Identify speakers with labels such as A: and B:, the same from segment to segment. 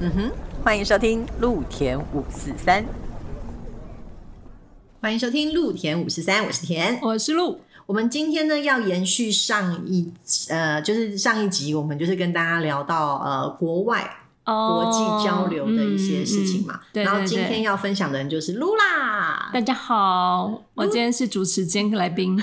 A: 嗯哼，欢迎收听露田五四三。欢迎收听露田五四三，我是田。
B: 我是鹿，
A: 我们今天呢要延续上一呃，就是上一集我们就是跟大家聊到呃国外国
B: 国
A: 际交流的一些事情嘛，
B: 哦嗯对
A: 然后今
B: 对
A: 天嗯
B: 对
A: 要分享的人就是露啦。
B: 大家好，我今天是主持兼来宾。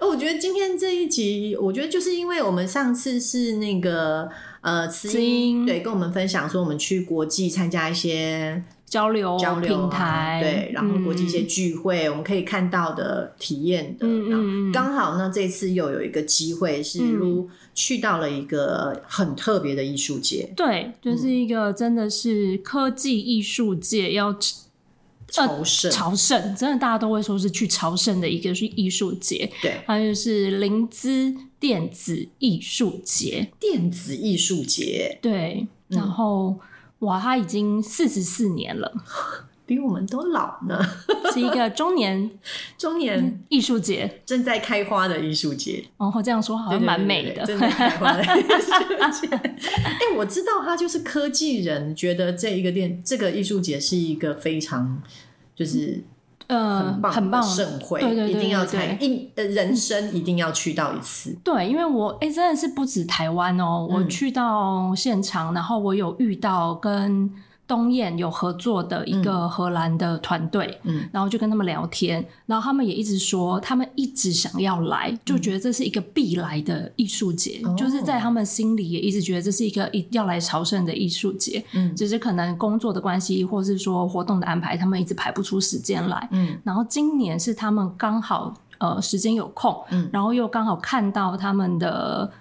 A: 哦，我觉得今天这一集，我觉得就是因为我们上次是那个呃，慈
B: 慈
A: 英
B: 英
A: 对跟我们分享说，我们去国际参加一些
B: 交 流
A: 交流、啊、
B: 哦平台
A: 对，然后国际一些
B: 嗯
A: 聚会，我们可以看到的、体验的。
B: 嗯嗯
A: 然后
B: 嗯
A: 刚好呢，这次又有一个机会是
B: 嗯
A: 如去到了一个很特别的艺术节，
B: 对，就是一个真的是科技艺术界要呃
A: 朝圣，
B: 朝圣，真的大家都会说是去朝圣的一个是艺术节，
A: 对，
B: 还有就是灵芝电子艺术节，
A: 电子艺术节
B: 对，
A: 嗯
B: 然后。哇，他已经四十四年了，
A: 比我们都老呢，
B: 是一个中年
A: 中年
B: 艺术节。
A: 正在开花的艺术节。
B: 然后这样说好像蛮美的，
A: 对对对对真的开花 的艺术节。哎、我知道他就是科技人，觉得这一个店这个艺术节是一个非常就是
B: 呃
A: 很，棒
B: 很棒
A: 的，盛会，
B: 对对对
A: 一定要
B: 对对
A: 参一呃人生一定要去到一次。
B: 对，因为我哎、真的是不止台湾哦，我
A: 嗯
B: 去到现场，然后我有遇到跟东燕有合作的一个荷兰的团队，
A: 嗯
B: 然后就跟他们聊天，然后他们也一直说，他们一直想要来，就觉得这是一个必来的艺术节，
A: 嗯哦
B: 就是在他们心里也一直觉得这是一个一要来朝圣的艺术节，
A: 嗯
B: 只是可能工作的关系，或是说活动的安排，他们一直排不出时间来，
A: 嗯
B: 然后今年是他们刚好呃时间有空，
A: 嗯
B: 然后又刚好看到他们的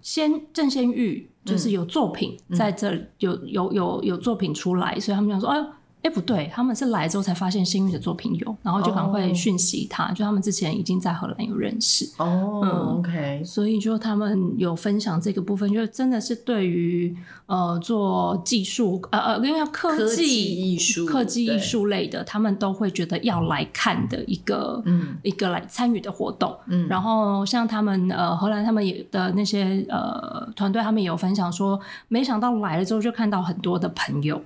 B: 先郑先玉就是有作品
A: 嗯
B: 在这里、有有有有作品出来，所以他们想说，哎哎不对，他们是来之后才发现新玉的作品有，然后就赶快
A: 哦
B: 讯息他，就他们之前已经在荷兰有认识。
A: 哦、
B: 嗯
A: o k
B: 所以就他们有分享这个部分，就真的是对于呃做技术呃呃，因为科技
A: 科技艺术
B: 科技
A: 对
B: 艺术类的，他们都会觉得要来看的一个、
A: 嗯
B: 一个来参与的活动。
A: 嗯，
B: 然后像他们呃荷兰他们也的那些呃团队，他们也有分享说，没想到来了之后就看到很多的朋友，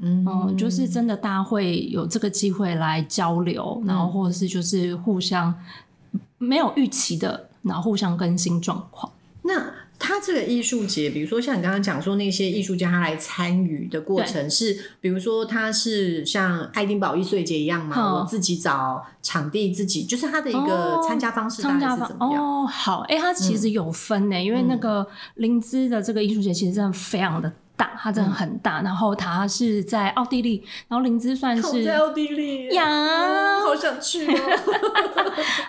A: 嗯
B: 嗯，就是真的大家会有这个机会来交流，然
A: 嗯
B: 后或者是就是互相没有预期的，然后互相更新状况。
A: 那他这个艺术节，比如说像你刚刚讲说那些艺术家他来参与的过程是，比如说他是像爱丁堡易碎节一样嘛，
B: 嗯
A: 我自己找场地，自己就是他的一个
B: 哦
A: 参加方式大
B: 参
A: 概
B: 加
A: 是
B: 方
A: 怎么样？嗯
B: 哦，好，哎、它其实有分呢、因为那个林芝的这个艺术节其实真的非常的大，它
A: 嗯
B: 真的很大，然后它是在奥地利，然后林芝算
A: 看我
B: 是
A: 在奥地利
B: 呀
A: 啊，好想去 哦。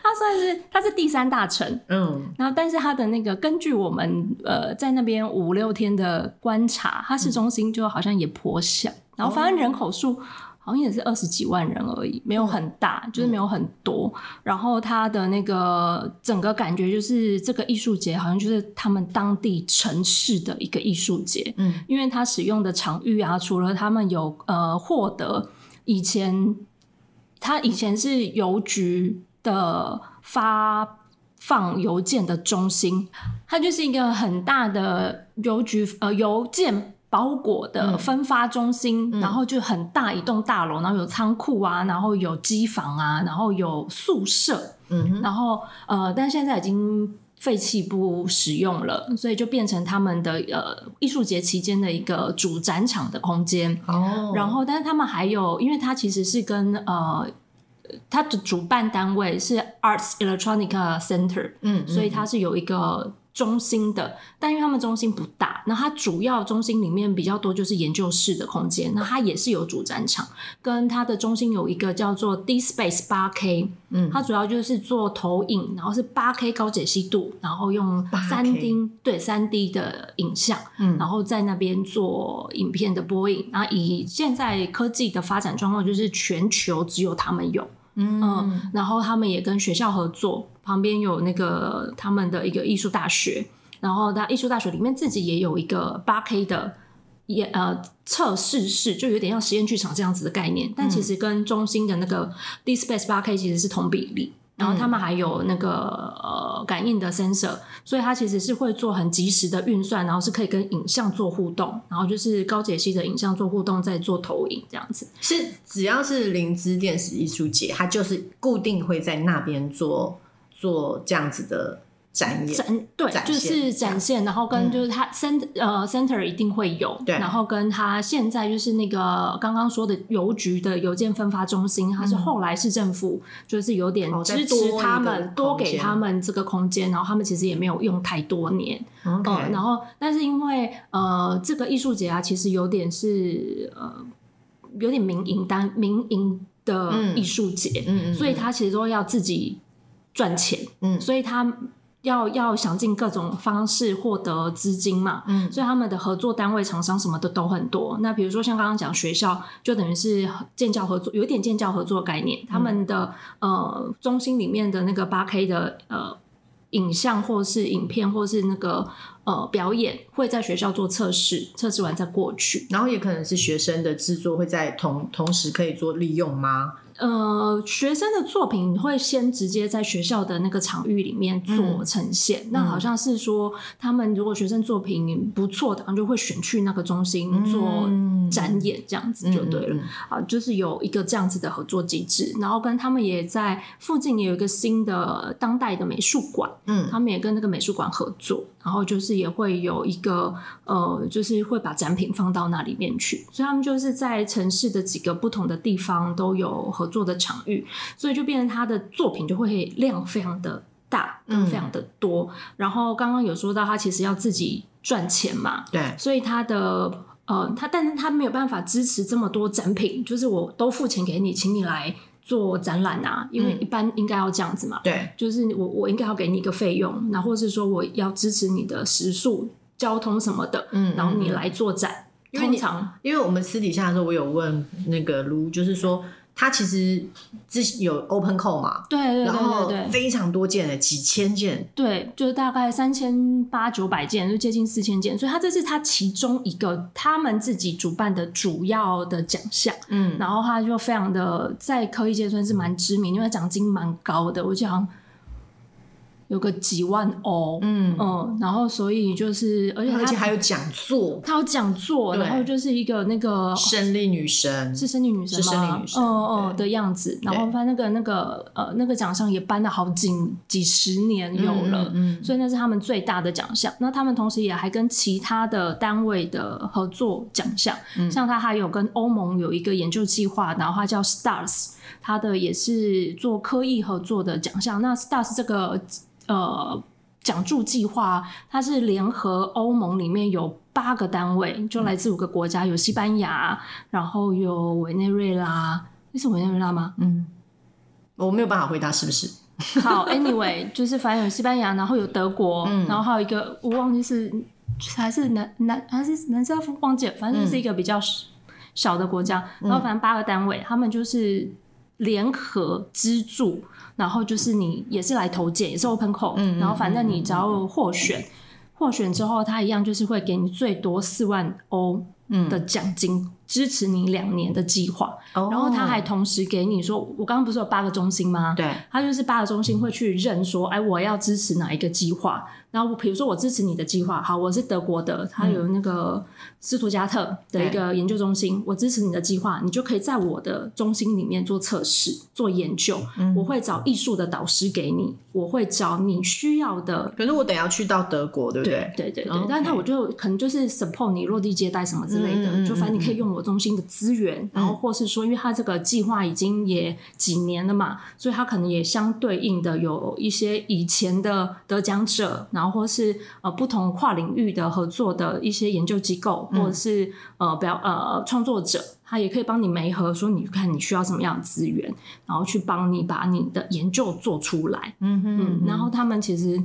B: 它算是它是第三大城。
A: 嗯
B: 然后，但是它的那个根据我们呃在那边五六天的观察，它市中心就好像也颇小，然后反正人口数好像也是二十几万人而已，没有很大，就是没有很多。然后它的那个整个感觉就是这个艺术节好像就是他们当地城市的一个艺术节，
A: 嗯
B: 因为它使用的场域啊，除了他们有呃获得以前，它以前是邮局的发放邮件的中心，它就是一个很大的邮局呃邮件。包裹的分发中心，然后就很大一栋大楼，然后有仓库啊，然后有机房啊，然后有宿舍，
A: 嗯哼
B: 然后呃，但现在已经废弃不使用了，所以就变成他们的呃艺术节期间的一个主展场的空间。
A: 哦，
B: 然后，但是他们还有，因为它其实是跟呃，它的主办单位是 Arts Electronica Center，
A: 嗯嗯
B: 所以它是有一个中心的，但因为他们中心不大，那它主要中心里面比较多就是研究室的空间，那它也是有主展场，跟它的中心有一个叫做 D Space 八 K，
A: 嗯
B: 它主要就是做投影，然后是八 K 高解析度，然后用
A: 8K
B: 三 D 对三 D 的影像，
A: 嗯
B: 然后在那边做影片的播映，然后以现在科技的发展状况，就是全球只有他们有。
A: 嗯
B: 然后他们也跟学校合作，旁边有那个他们的一个艺术大学，然后他艺术大学里面自己也有一个八 K 的也呃测试室，就有点像实验剧场这样子的概念，但其实跟中心的那个 D Space 八 K 其实是同比例。然后他们还有那个呃感应的 sensor，所以它其实是会做很及时的运算，然后是可以跟影像做互动，然后就是高解析的影像做互动，再做投影这样子。
A: 是只要是林芝电子艺术节，它就是固定会在那边做做这样子的展演。
B: 展对，
A: 展
B: 就
A: 现嗯
B: 是展现，然后跟就是它 cent 呃 center 一定会有，
A: 对
B: 然后跟它现在就是那个刚刚说的邮局的邮件分发中心，它是后来市政府就是有点
A: 嗯哦再
B: 支
A: 多一
B: 持
A: 个
B: 他们，多
A: 空
B: 给
A: 间
B: 他们这个空间，然后他们其实也没有用太多年，
A: OK，、
B: 嗯，然后但是因为呃，这个艺术节啊，其实有点是呃，有点民营单民营的
A: 嗯
B: 艺术节，
A: 嗯嗯，
B: 所以
A: 嗯
B: 他其实都要自己赚钱，
A: 嗯
B: 所以他要要想尽各种方式获得资金嘛，
A: 嗯
B: 所以他们的合作单位、厂商什么的都很多。那比如说像刚刚讲学校，就等于是建教合作，有一点建教合作的概
A: 嗯
B: 念。他们的、呃中心里面的那个八 K 的呃影像或是影片或是那个呃表演，会在学校做测试，测试完再过去。
A: 然后也可能是学生的制作会在同同时可以做利用吗？
B: 呃，学生的作品会先直接在学校的那个场域里面做
A: 嗯
B: 呈现。那好像是说，他们如果学生作品不错的，然后就会选去那个中心做
A: 嗯
B: 展演，这样子就对了。啊，就是有一个这样子的合作机制，然后跟他们也在附近也有一个新的当代的美术馆，
A: 嗯
B: 他们也跟那个美术馆合作，然后就是也会有一个呃，就是会把展品放到那里面去，所以他们就是在城市的几个不同的地方都有合作的场域，所以就变成他的作品就会量非常的大，跟非常的多。然后刚刚有说到，他其实要自己赚钱嘛，
A: 对，
B: 所以他的呃，他但是他没有办法支持这么多展品，就是我都付钱给你，请你来做展览啊，因为
A: 嗯
B: 一般应该要这样子嘛，
A: 对，
B: 就是我我应该要给你一个费用，然后或是说我要支持你的食宿、交通什么的，
A: 嗯
B: 然后你
A: 嗯嗯
B: 来做展，
A: 因为
B: 通
A: 你
B: 常
A: 因为我们私底下的时候，我有问那个卢，就是说他其实之前有 open call 嘛，
B: 对对
A: 然后
B: 对对对。
A: 非常多件的，几千件，
B: 对，就是大概三千八九百件，就接近四千件，所以它这是它其中一个他们自己主办的主要的奖项。
A: 嗯，
B: 然后他就非常的在科技界算是蛮知名，因为奖金蛮高的，我记得好像有个几万欧，
A: 嗯
B: 然后所以就是，而且他哦
A: 而且还有讲座，
B: 他有讲座，
A: 对
B: 然后就是一个那个
A: 胜利女神，
B: 是生理女神
A: 是
B: 吗？
A: 生理女神
B: 哦哦
A: 对
B: 的样子，然后
A: 对
B: 他那个那个呃那个奖项也颁了好几几十年有了，
A: 嗯，嗯
B: 所以那是他们最大的奖项。那他们同时也还跟其他的单位的合作奖项，
A: 嗯
B: 像他还有跟欧盟有一个研究计划，然后它叫 STARS，它的也是做科技合作的奖项。那 STARS 这个呃奖助计划，它是联合欧盟里面有。八个单位就来自五个国家，有西班牙，然后有委内瑞拉，那是委内瑞拉吗？
A: 嗯，我没有办法回答是不是？
B: 好，anyway，就是反正有西班牙，然后有德国，
A: 嗯
B: 然后还有一个我忘记是还是南南还是南斯拉夫忘记了，反正就是一个比较小的国家。
A: 嗯
B: 然后反正八个单位，他们就是联合资助，然后就是你也是来投件，也是 open call，、
A: 嗯嗯嗯
B: 然后反正你只要获选，获选之后他一样就是会给你最多四万欧
A: 嗯
B: 的奖金，支持你两年的计划。
A: 然
B: 然后他还同时给你说，我刚刚不是有八个中心吗？
A: 对，
B: 他就是八个中心会去认说，哎，我要支持哪一个计划。然后我比如说我支持你的计划，好，我是德国的，他有那个斯图加特的一个研究中心，我支持你的计划，你就可以在我的中心里面做测试、做研究。我会找艺术的导师给你，我会找你需要的。
A: 可是我等一下去到德国，对不对？哦
B: 对对对，
A: OK
B: 但是他我就可能就是 support 你落地接待什么之类
A: 嗯
B: 的，
A: 嗯嗯嗯
B: 就反正你可以用我中心的资源，然后或是说，因为他这个计划已经也几年了嘛，所以他可能也相对应的有一些以前的得奖者，然后或是呃不同跨领域的合作的一些研究机构，
A: 嗯
B: 或者是呃表呃创作者。他也可以帮你媒合，说你看你需要什么样的资源，然后去帮你把你的研究做出来。
A: 嗯哼
B: 嗯，然后他们其实，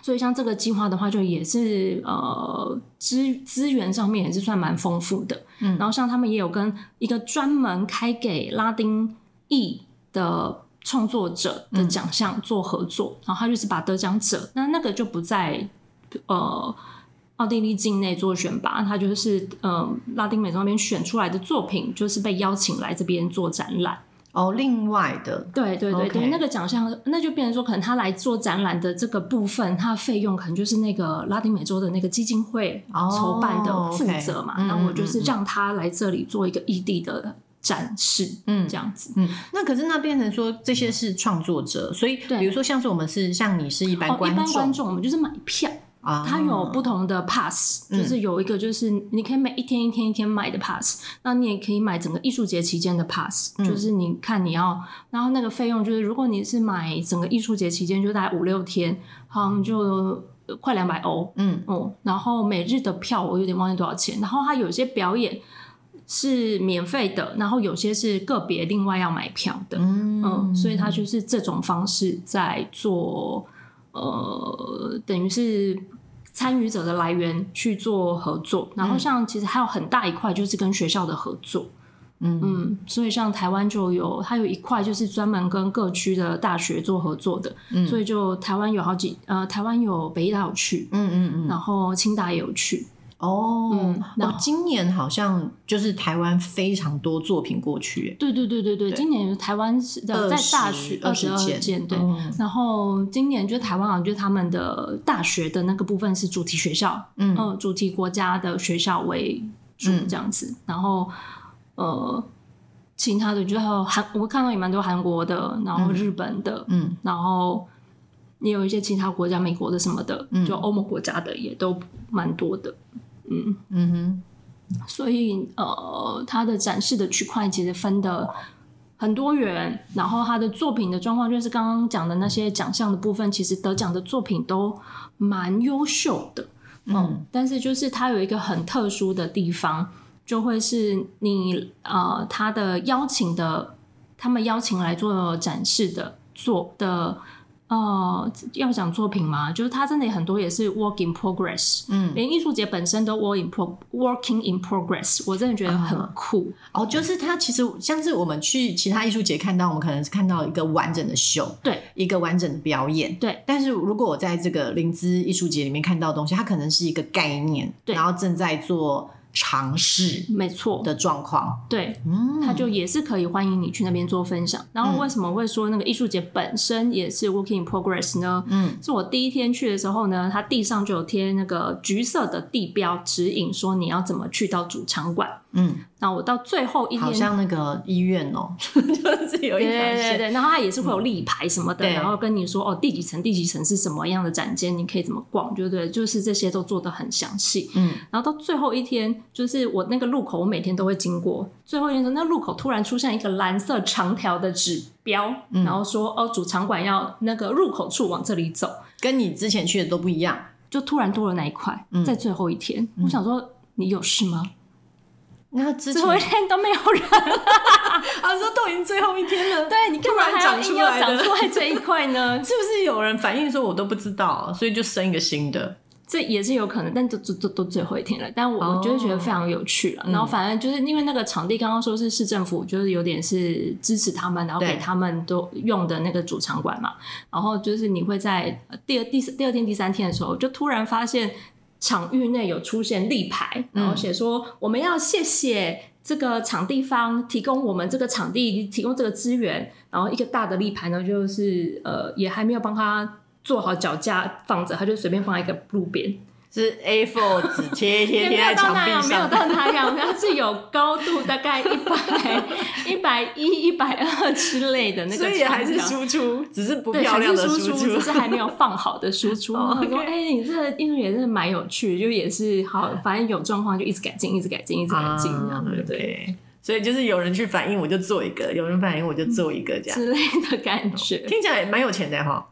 B: 所以像这个计划的话，就也是呃资资源上面也是算蛮丰富的。嗯，然后像他们也有跟一个专门开给拉丁裔的创作者的奖项做合作，然后他就是把得奖者，那那个就不在呃。奥地利境内做选拔，他就是呃拉丁美洲那边选出来的作品，就是被邀请来这边做展览。
A: 哦，另外的，
B: 对对对
A: OK
B: 对那个奖项，那就变成说，可能他来做展览的这个部分，他的费用可能就是那个拉丁美洲的那个基金会
A: 哦
B: 筹办的负
A: OK
B: 责嘛。
A: 嗯
B: 那、我就
A: 嗯
B: 是
A: 嗯
B: 让他来这里做一个异地的展示，
A: 嗯
B: 这样子。
A: 嗯，那可是那变成说这些是创作者，所以
B: 对
A: 比如说像是我们是像你是一般
B: 哦，一
A: 观
B: 般观
A: 众
B: 众我们就是买票，
A: 啊，
B: 它有不同的 pass，、
A: 嗯
B: 就是有一个就是你可以每一天一天一天买的 pass，那你也可以买整个艺术节期间的 pass，、
A: 嗯
B: 就是你看你要，然后那个费用就是如果你是买整个艺术节期间，就大概五六天，好像就呃快两百欧
A: 嗯
B: 哦。然后每日的票我有点忘记多少钱，然后它有些表演是免费的，然后有些是个别另外要买票的，
A: 嗯
B: 嗯，所以他就是这种方式在做，呃，等于是参与者的来源去做合作。然后像其实还有很大一块就是跟学校的合作，
A: 嗯
B: 嗯，所以像台湾就有，它有一块就是专门跟各区的大学做合作的，
A: 嗯
B: 所以就台湾有好几，呃，台湾有北大有去，
A: 嗯嗯嗯
B: 然后清大也有去，
A: 哦，
B: 嗯然
A: 哦
B: 后，
A: 今年好像就是台湾非常多作品过去耶，
B: 对对对对对，
A: 对
B: 今年台湾是在在大学
A: 二
B: 十
A: 十
B: 二
A: 件，
B: 对，
A: 嗯
B: 然后今年就台湾好像就是他们的大学的那个部分是主题学校，
A: 嗯
B: 呃，主题国家的学校为主
A: 嗯
B: 这样子，然后呃，其他的就还有韩，我看到也蛮多韩国的，然后
A: 嗯
B: 日本的，
A: 嗯
B: 然后也有一些其他国家，美国的什么的，
A: 嗯
B: 就欧盟国家的也都蛮多的，嗯。
A: 嗯哼，
B: 所以呃，它的展示的区块其实分的很多元，然后它的作品的状况就是刚刚讲的那些奖项的部分，其实得奖的作品都蛮优秀的，
A: 嗯
B: 但是就是它有一个很特殊的地方，就会是你呃，它的邀请的，他们邀请来做展示的做的。呃，要讲作品嘛，就是它真的很多也是 work in progress，
A: 嗯，
B: 连艺术节本身都 work in pro working in progress，我真的觉得很酷。
A: 哦，就是它其实像是我们去其他艺术节看到，我们可能是看到一个完整的秀，
B: 对
A: 一个完整的表演。
B: 对
A: 但是如果我在这个林兹艺术节里面看到的东西，它可能是一个概念，
B: 对
A: 然后正在做尝试
B: 没错，
A: 的状况。
B: 对，
A: 嗯，
B: 他就也是可以欢迎你去那边做分享。然后为什么会说那个艺术节本身也是 working in progress 呢？
A: 嗯
B: 是我第一天去的时候呢，它地上就有贴那个橘色的地标指引，说你要怎么去到主场馆。
A: 嗯，
B: 那我到最后一
A: 好
B: 天
A: 像那个医院哦， 就是有一条
B: 对对
A: 线。
B: 对，然后它也是会有立牌什么的，
A: 嗯对
B: 然后跟你说哦，第几层第几层是什么样的展间，你可以怎么逛，对不对？就是这些都做的很详细。
A: 嗯，
B: 然后到最后一天，就是我那个路口，我每天都会经过。最后一天的时候，那路口突然出现一个蓝色长条的指标，
A: 嗯
B: 然后说哦，主场馆要那个入口处往这里走，
A: 跟你之前去的都不一样。
B: 就突然多了那一块，
A: 嗯
B: 在最后一天，我想说。你有事吗？
A: 那嗯之
B: 最
A: 前
B: 后一天都没有人，
A: 啊，说都已经最后一天了，
B: 对你干嘛
A: 突然
B: 还
A: 长
B: 要
A: 出
B: 硬要
A: 来
B: 长
A: 的
B: 出来这一块呢？
A: 是不是有人反映说我都不知道，所以就生一个新的？
B: 这也是有可能，但都都都都最后一天了。但我、
A: 哦
B: 我就会觉得非常有趣了。然后反正就是因为那个场地，刚刚说是市政府，就是有点是支持他们，然后
A: 对
B: 给他们都用的那个主场馆嘛。然后就是你会在呃第二第四第二天、第三天的时候，就突然发现场域内有出现立牌，然后写说、我们要谢谢。这个场地方提供我们这个场地提供这个资源，然后一个大的立牌呢，就是呃也还没有帮他做好脚架放着，他就随便放在一个路边，
A: 是 A4 纸贴贴
B: 也
A: 贴
B: 没有
A: 在
B: 到
A: 墙
B: 那样，
A: 壁
B: 没有
A: 上，
B: 到那样，它是有高度，大概一百、一百一、一百二之类的那
A: 所
B: 个长
A: 以
B: 条，
A: 还是输出，只是不
B: 对，
A: 漂亮的
B: 还是
A: 输
B: 输
A: 出
B: 只。 是还没有放好的输出。
A: 哦
B: 我说，
A: OK
B: 哎、你这个音乐也是蛮有趣，就也是好，反正有状况就一直改进，一直改进，一直改进，这样、对不对？
A: 对，啊所以就是有人去反映我就做一个，有人反映我就做一个，这样
B: 之类的感觉，
A: 听起来蛮有钱的哈。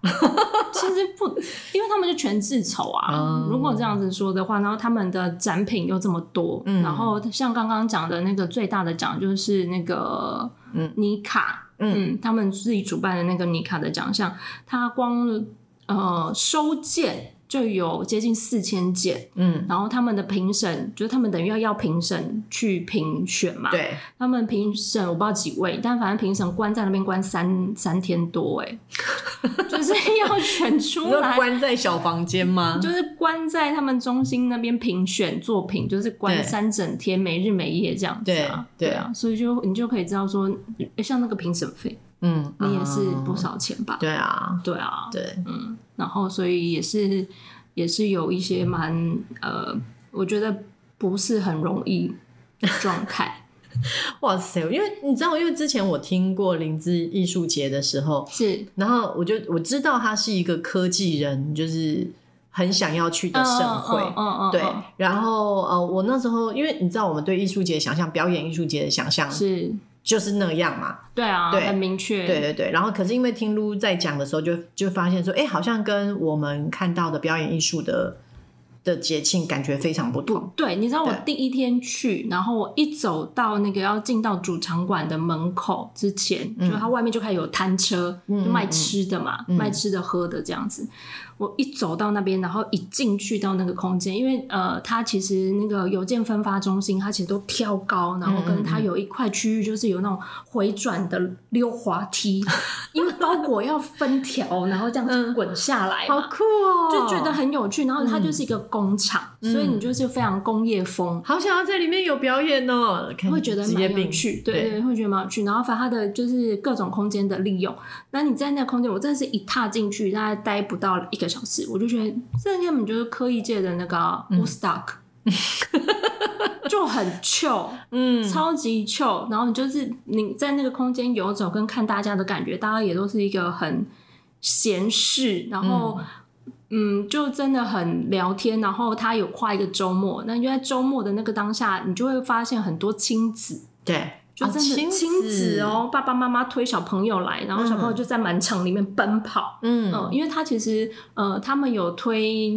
B: 其实 不，因为他们就全自筹啊。
A: 哦
B: 如果这样子说的话，然后他们的展品又这么多，
A: 嗯
B: 然后像刚刚讲的那个最大的奖就是那个
A: 嗯
B: 尼卡，
A: 嗯
B: 他们自己主办的那个尼卡的奖项，它光呃收件就有接近四千件，
A: 嗯，
B: 然后他们的评审就是他们等于要要评审去评选嘛，
A: 对，
B: 他们评审我不知道几位，但反正评审关在那边关三三天多、 欸，哎，就是要选
A: 你
B: 出
A: 说
B: 来，
A: 关在小房间吗？
B: 就是关在他们中心那边评选作品，就
A: 对
B: 是关三整天，没日没夜这样子啊，
A: 对
B: 对啊，所以就你就可以知道说，欸像那个评审费，
A: 嗯，
B: 你也是
A: 嗯
B: 不少钱吧？
A: 对啊，
B: 对啊，
A: 对，
B: 嗯，然后所以也是也是有一些蛮呃，我觉得不是很容易的状态
A: 哇塞！因为你知道，因为之前我听过林芝艺术节的时候，
B: 是
A: 然后我就我知道他是一个科技人，就是很想要 去的盛会。
B: 嗯嗯嗯，
A: 对
B: 嗯，
A: 然后呃，我那时候因为你知道，我们对艺术节的想象、表演艺术节的想象
B: 是，
A: 就是那样嘛，
B: 对啊，
A: 对
B: 很明确，
A: 对对对，然后可是因为听撸在讲的时候就，就发现说，哎，好像跟我们看到的表演艺术的的节庆感觉非常不同。
B: 对，你知道我
A: 对
B: 第一天去，然后我一走到那个要进到主场馆的门口之前，
A: 嗯
B: 就它外面就开始有摊车，就卖吃的嘛，卖吃的喝的这样子。我一走到那边，然后一进去到那个空间，因为呃，它其实那个邮件分发中心，它其实都挑高，然后跟它有一块区域就是有那种回转的溜滑梯， 因为包裹要分条，然后这样
A: 嗯
B: 子滚下来嘛，
A: 酷哦嗯
B: 就觉得很有趣。然后它就是一个工厂，所以你就是非常工业风，
A: 好想要在里面有表演哦，看
B: 会觉得
A: 职业
B: 蛮有
A: 病
B: 趣。对
A: 对
B: 对，会觉得蛮有趣。然后反正它的就是各种空间的利用。那你在那空间，我真的是一踏进去，大概待不到一个小时，我就觉得这根本就是科技界的那个啊 Woodstock，、就很 chill，
A: 嗯，
B: 超级 chill。然后你就是你在那个空间游走跟看大家的感觉，大家也都是一个很闲适，然后嗯就真的很聊天。然后他有跨一个周末，那因为周末的那个当下，你就会发现很多亲子。
A: 对，
B: 就
A: 啊
B: 真的哦亲子，嗯哦，爸爸妈妈推小朋友来，然后小朋友就在满场里面奔跑。
A: 嗯
B: 嗯，因为他其实呃，他们有推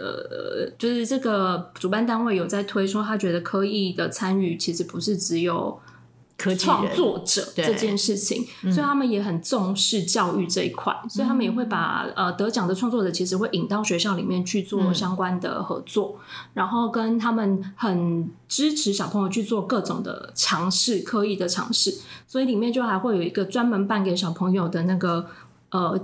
B: 呃，就是这个主办单位有在推说，他觉得科艺的参与其实不是只有
A: 科技
B: 创
A: 人，
B: 作者
A: 对
B: 这件事情，所以他们也很重视教育这一块，所以他们也会把呃得奖的创作者其实会引到学校里面去做相关的合作，然后跟他们很支持小朋友去做各种的尝试，刻意的尝试，所以里面就还会有一个专门办给小朋友的那个呃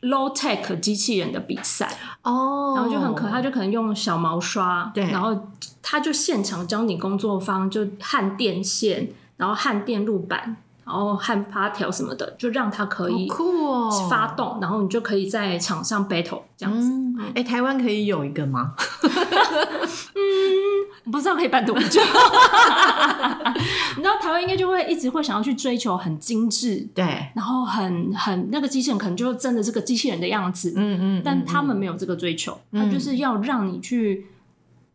B: low tech 机器人的比赛。
A: 哦，
B: 然后就很可，他就可能用小毛刷，
A: 对
B: 然后他就现场教你工作方就焊电线，然后焊电路板，然后焊发条什么的，就让他可以
A: 好酷哦，
B: 发动，然后你就可以在场上 battle 这样子。
A: 嗯，哎、台湾可以有一个吗？
B: 嗯不知道可以办多久， 你知道台湾应该就会一直会想要去追求很精致，
A: 对，
B: 然后很很那个机器人可能就真的是个机器人的样子，
A: 嗯嗯，
B: 但他们没有这个追求，他就是要让你去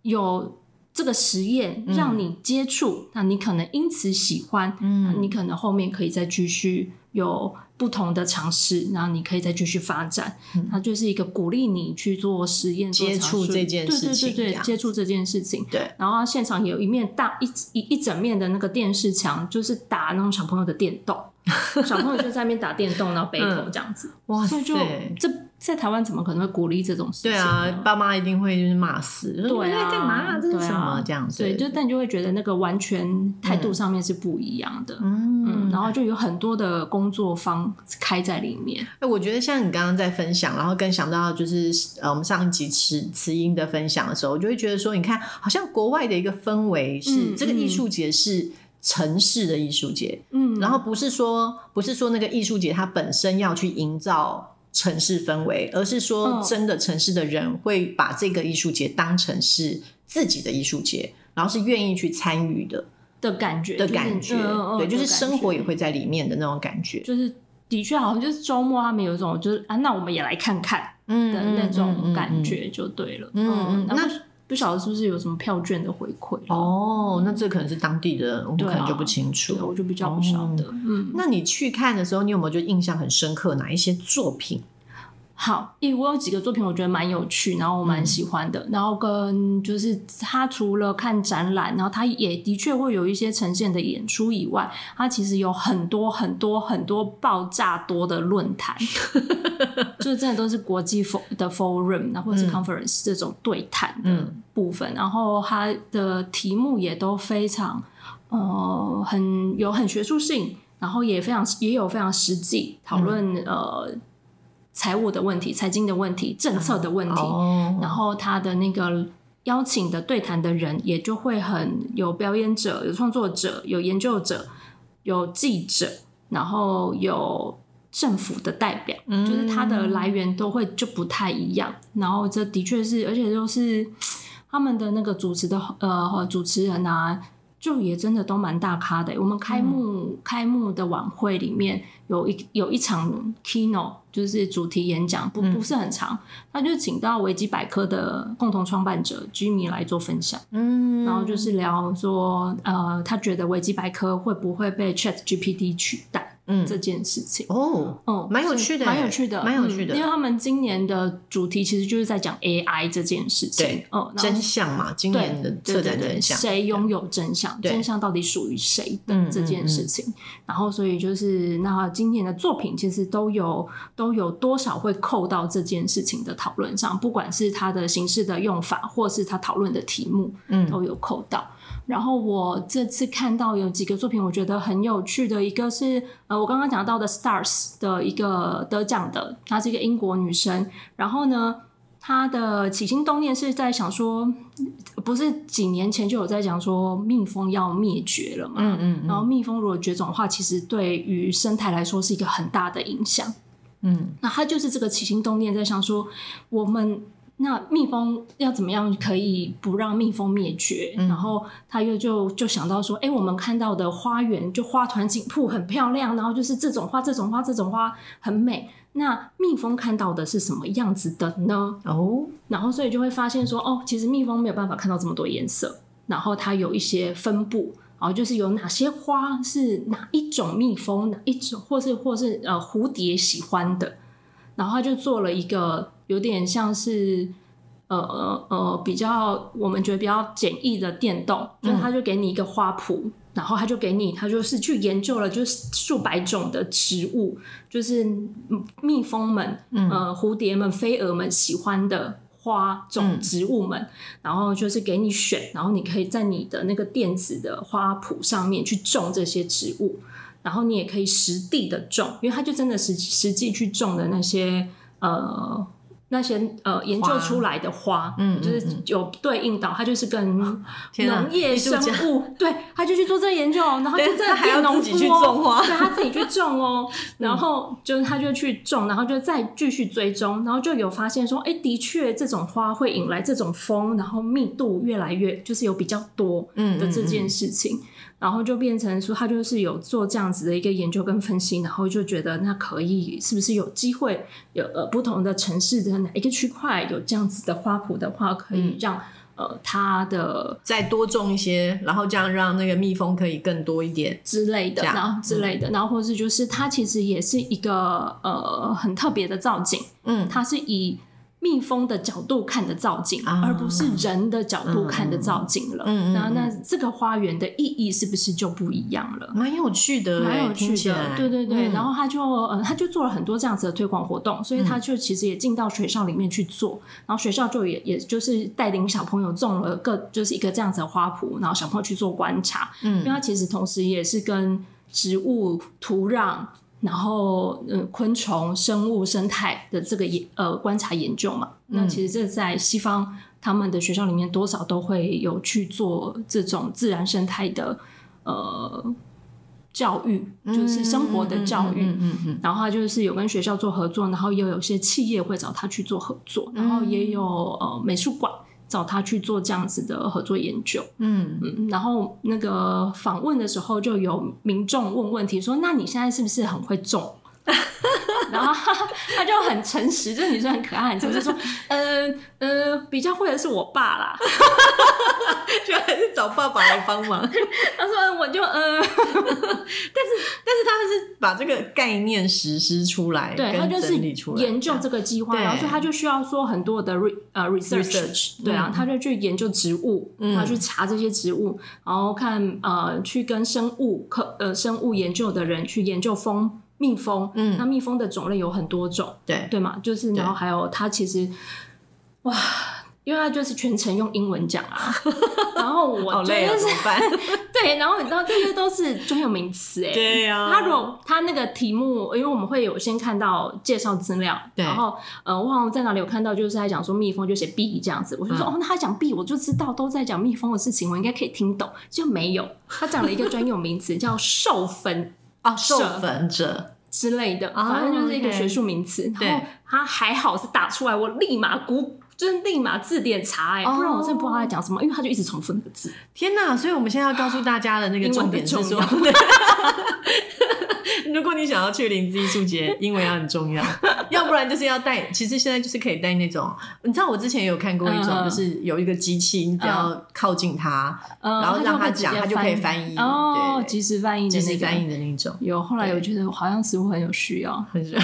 B: 有这个实验，
A: 嗯
B: 让你接触，那你可能因此喜欢，嗯，你可能后面可以再继续有不同的尝试，然后你可以再继续发展，它就是一个鼓励你去做实验、
A: 嗯
B: 做
A: 接触
B: 尝试
A: 这件事情
B: 对对
A: 这
B: 对对，
A: 样
B: 接触这件事情，
A: 对，
B: 然后现场有一面大一一一整面的那个电视墙，就是打那种小朋友的电 动，小朋友就在那边打电动，然后背头这样子。
A: 嗯哇
B: 所
A: 塞
B: 以，就这在台湾怎么可能会鼓励这种事情
A: 对
B: 呢？
A: 啊，爸妈一定会就是骂死，就说
B: 对
A: 你
B: 啊，
A: 在干嘛啊？这是
B: 对啊
A: 什么、这样子？
B: 对，就但你就会觉得那个完全态度上面是不一样的。
A: 嗯
B: 嗯，然后就有很多的工作方开在里面，
A: 哎、我觉得像你刚刚在分享，然后更想到就是呃，我们上一集慈慈英的分享的时候，我就会觉得说，你看，好像国外的一个氛围是、
B: 嗯
A: 这个艺
B: 嗯
A: 术节是城市的艺术节，
B: 嗯，
A: 然后不是说不是说那个艺术节它本身要去营造城市氛围，而是说
B: 嗯
A: 真的城市的人会把这个艺术节当成是自己的艺术节，然后是愿意去参与的
B: 的感觉
A: 的感觉，
B: 就是嗯嗯嗯
A: 对，就是
B: 的感觉
A: 生活也会在里面的那种感觉，
B: 就是的确好像就是周末他们有一种就是啊，那我们也来看看
A: 嗯
B: 的那种感。
A: 嗯嗯嗯嗯
B: 觉就对了。
A: 嗯嗯
B: 那
A: 那
B: 不不晓得是不是有什么票券的回馈了？
A: 哦，那这可能是当地的，我们
B: 对啊
A: 可能就不清楚。
B: 对，我就比较
A: 哦
B: 不晓得。嗯，
A: 那你去看的时候，你有没有就印象很深刻哪一些作品？
B: 好，诶，我有几个作品我觉得蛮有趣，然后我蛮喜欢的。然后跟就是他除了看展览，然后他也的确会有一些呈现的演出以外，他其实有很多很多很多爆炸多的论坛，就是真的都是国际 for 的 forum，然后或者是 conference 这种对谈的部分。然后他的题目也都非常呃很有很学术性，然后也非常也有非常实际讨论、呃。财务的问题、财经的问题、政策的问题，
A: 哦，
B: 嗯然后他的那个邀请的对谈的人也就会很有表演者、有创作者、有研究者、有记者，然后有政府的代表，就是它的来源都会就不太一样。然后这的确是，而且就是嗯他们的那个主持的呃主持人啊，就也真的都蛮大咖的欸。我们开幕、开幕的晚会里面有一有一场 keynote，就是主题演讲，不不是很长，他就请到维基百科的共同创办者 Jimmy 来做分享，
A: 嗯，
B: 然后就是聊说，呃，他觉得维基百科会不会被 Chat GPT 取代
A: 嗯
B: 这件事情。
A: 哦，
B: 哦，
A: 蛮有趣的
B: 所以蛮
A: 欸
B: 有趣的，
A: 蛮有趣的
B: 嗯因为他们今年的主题其实就是在讲 AI 这件事情。
A: 对
B: 哦，然后
A: 真相嘛，今
B: 对
A: 年的
B: 对
A: 策
B: 对
A: 展
B: 对
A: 真相，
B: 谁拥有真相，
A: 对
B: 真相到底属于谁
A: 嗯
B: 的这件事情。然后，所以就是那今年的作品其实都有都有多少会扣到这件事情的讨论上，不管是它的形式的用法，或是它讨论的题目，
A: 嗯
B: 都有扣到。然后我这次看到有几个作品，我觉得很有趣的，一个是呃，我刚刚讲到的 Stars 的一个得奖的，她是一个英国女生。然后呢，她的起心动念是在想说，不是几年前就有在讲说蜜蜂要灭绝了嘛？
A: 嗯嗯
B: 然后蜜蜂如果绝种的话，其实对于生态来说是一个很大的影响。
A: 嗯，
B: 那他就是这个起心动念在想说，我们那蜜蜂要怎么样可以不让蜜蜂灭绝？然后他又就就想到说，哎、我们看到的花园就花团锦簇，很漂亮，然后就是这种花、这种花、这种花很美。那蜜蜂看到的是什么样子的呢？
A: 哦，
B: 然后所以就会发现说，哦，其实蜜蜂没有办法看到这么多颜色，然后它有一些分布，然后就是有哪些花是哪一种蜜蜂，哪一种或是或是呃蝴蝶喜欢的，然后他就做了一个有点像是。呃呃呃，比较我们觉得比较简易的电动，就是他就给你一个花圃，然后他就给你，他就是去研究了，就是数百种的植物，就是蜜蜂们、
A: 嗯
B: 呃蝴蝶们、飞蛾们喜欢的花种植物们，然后就是给你选，然后你可以在你的那个电子的花圃上面去种这些植物，然后你也可以实地的种，因为他就真的实实际去种的那些呃。那些呃研究
A: 花
B: 出来的花，
A: 嗯嗯
B: 就是有对应到，它就是跟
A: 天啊
B: 农业
A: 艺术
B: 生
A: 家
B: 物， 对，他就去做这个研究，然后就
A: 对
B: 真的
A: 他还要
B: 变农
A: 自己
B: 夫
A: 去
B: 哦
A: 种花嗯
B: 对他自己去种 哦，然后就是他就去种，然后就再继续追踪，然后就有发现说，哎，的确这种花会引来这种风，然后密度越来越就是有比较多
A: 嗯
B: 的这
A: 嗯
B: 件事情，然后就变成说他就是有做这样子的一个研究跟分析，然后就觉得那可以是不是有机会有呃不同的城市的哪一个区块有这样子的花圃的话，可
A: 嗯
B: 以让、呃它的
A: 再多种一些，然后这样让那个蜜蜂可以更多一点。
B: 之类的，
A: 这样嗯
B: 然后之类的，然后或是就是它其实也是一个呃很特别的造景，
A: 嗯
B: 它是以蜜蜂的角度看的造景，
A: 啊嗯
B: 而不是人的角度看的造景了。
A: 嗯嗯嗯
B: 那那这个花园的意义是不是就不一样了？
A: 蛮有趣的欸，
B: 蛮有
A: 听起
B: 趣的，
A: 来
B: 对对对。
A: 嗯
B: 然后他就呃，他就做了很多这样子的推广活动，所以
A: 嗯
B: 他就其实也进到学校里面去做，然后学校就也也就是带领小朋友种了各就是一个这样子的花圃，然后小朋友去做观察，
A: 嗯
B: 因为他其实同时也是跟植物、土壤。然后，呃，昆虫、生物、生态的这个研呃观察研究嘛，那
A: 嗯
B: 其实这在西方他们的学校里面，多少都会有去做这种自然生态的呃教育，就是生活的教育。
A: 嗯嗯嗯
B: 然后他就是有跟学校做合作，然后也有些企业会找他去做合作，然后
A: 嗯
B: 也有呃美术馆找他去做这样子的合作研究。
A: 嗯嗯，
B: 嗯，然后那个访问的时候就有民众问问题说：“那你现在是不是很会种？” 然后他他就很诚实，这个女生很可爱，很诚实说，呃呃，比较会的是我爸啦。
A: 居然还是找爸爸来帮忙。
B: 他说我就呃，
A: 但是他是把这个概念实施出来，
B: 对他
A: 跟
B: 就是
A: 整理出来，
B: 研究这个计划，
A: 对
B: 然后所以他就需要说很多的 re 呃 research，,
A: Research，
B: 对啊
A: 嗯，
B: 他就去研究植物，
A: 嗯
B: 他去查这些植物，然后看呃去跟生物科呃生物研究的人去研究蜂蜜蜂，
A: 嗯
B: 那蜜蜂的种类有很多种，
A: 对
B: 对嘛，就是
A: 对
B: 然后还有他其实哇。因为他就是全程用英文讲啊， 然后我
A: 好
B: 就
A: 累啊，
B: 是
A: 怎么 办？
B: 对，然后你知道这些都是专有名词哎、
A: 对呀
B: 他如果他那个题目，因为我们会有先看到介绍资料，
A: 对
B: 然后呃，我好像在哪里有看到，就是在讲说蜜蜂就写 bee 这样子，我就说、
A: 嗯
B: 哦，那他讲 bee，我就知道都在讲蜜蜂的事情，我应该可以听懂，就没有，他讲了一个专有名词叫授粉
A: 哦，授粉者，
B: 之类的，
A: 哦
B: 反正就是一个
A: OK
B: 学术名词。
A: 对
B: 然后他还好是打出来，我立马估。就是立马字典查哎、
A: 哦
B: 不然我真的不知道他在讲什么，因为他就一直重复那个字。
A: 天哪！所以我们现在要告诉大家的那个
B: 英文
A: 重
B: 的
A: 点是
B: 重
A: 说， 如果你想要去林芝艺术节，英文要很重 要，要不然就是要带。其实现在就是可以带那种，你知道我之前有看过一种，
B: 嗯
A: 就是有一个机器，你只要靠近它，
B: 呃、
A: 然后让
B: 他
A: 它
B: 就
A: 讲，它
B: 会直接
A: 就可以翻译。
B: 哦，
A: 对，
B: 即时翻译的
A: 即
B: 那个
A: 时翻译的那种。
B: 有。后来
A: 对
B: 我觉得好像似乎很有需要，
A: 很热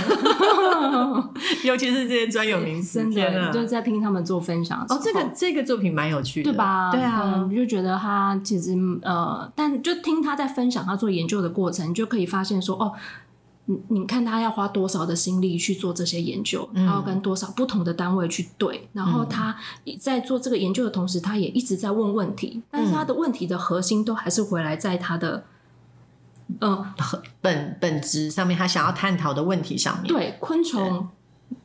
A: 尤其是这些专有名词，
B: 真
A: 嗯天
B: 的
A: 哪
B: 就是在听他们做分享的时
A: 哦
B: 候，
A: 这个这个作品蛮有趣的，
B: 对吧？
A: 对啊
B: 嗯，，你就觉得他其实呃，但就听他在分享他做研究的过程，你就可以发现说哦。你你看他要花多少的心力去做这些研究，
A: 嗯
B: 他要跟多少不同的单位去对，然后他在做这个研究的同时，他也一直在问问题，但是
A: 嗯
B: 他的问题的核心都还是回来在他的，呃，
A: 本本质上面他想要探讨的问题上面，
B: 对，昆虫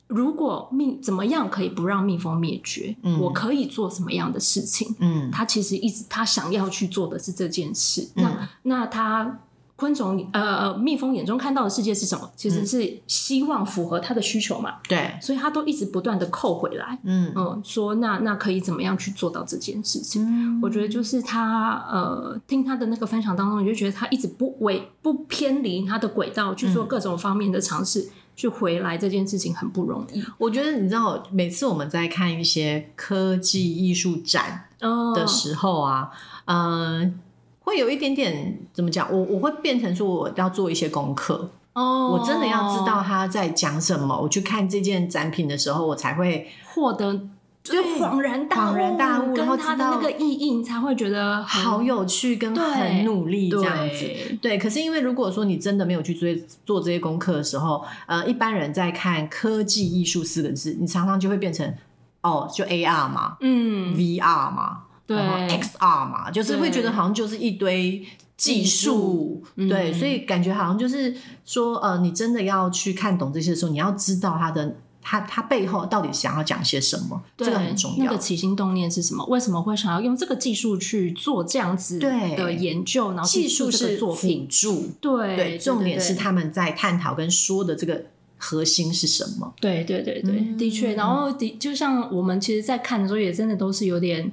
B: 如果蜜怎么样可以不让蜜蜂灭绝？
A: 嗯
B: 我可以做什么样的事情？
A: 嗯，
B: 他其实一直他想要去做的是这件事。
A: 嗯
B: 那那他昆虫呃蜜蜂眼中看到的世界是什么？其实是希望符合他的需求嘛，
A: 对，
B: 所以他都一直不断的扣回来，
A: 嗯
B: 嗯，说那那可以怎么样去做到这件事情？
A: 嗯
B: 我觉得就是他呃，听他的那个分享当中，你就觉得他一直不违不偏离他的轨道去做
A: 嗯
B: 各种方面的尝试，去回来这件事情很不容易。
A: 我觉得你知道，每次我们在看一些科技艺术展
B: 嗯
A: 的时候啊，嗯、会有一点点怎么讲？我我会变成说我要做一些功课，
B: 哦，
A: 我真的要知道他在讲什么。我去看这件展品的时候，我才会
B: 获得。就
A: 对
B: 恍然大
A: 恍然大悟然后
B: 跟他
A: 知
B: 的
A: 道
B: 那个意义，你才会觉得很
A: 好有趣跟
B: 嗯对
A: 很努力这
B: 对
A: 样子。对，可是因为如果说你真的没有去做做这些功课的时候，呃，一般人在看科技艺术四个字，你常常就会变成哦，就 AR 嘛、
B: 嗯，
A: v r 嘛，
B: 对
A: 然后 XR 嘛，就是会觉得好像就是一堆技术，
B: 嗯
A: 对，所以感觉好像就是说，呃，你真的要去看懂这些的时候，你要知道它的它它背后到底想要讲些什么，
B: 对
A: 这个很重
B: 那
A: 要
B: 个。起心动念是什么？为什么会想要用这个技术去做这样子
A: 对
B: 的研究？然后去
A: 技术
B: 做这个
A: 是
B: 作品
A: 辅，助，
B: 对
A: 对，重点是
B: 他。对
A: 他们在探讨跟说的这个核心是什么。
B: 对对对对，
A: 嗯
B: 的确。然后的，就像我们其实，在看的时候，也真的都是有点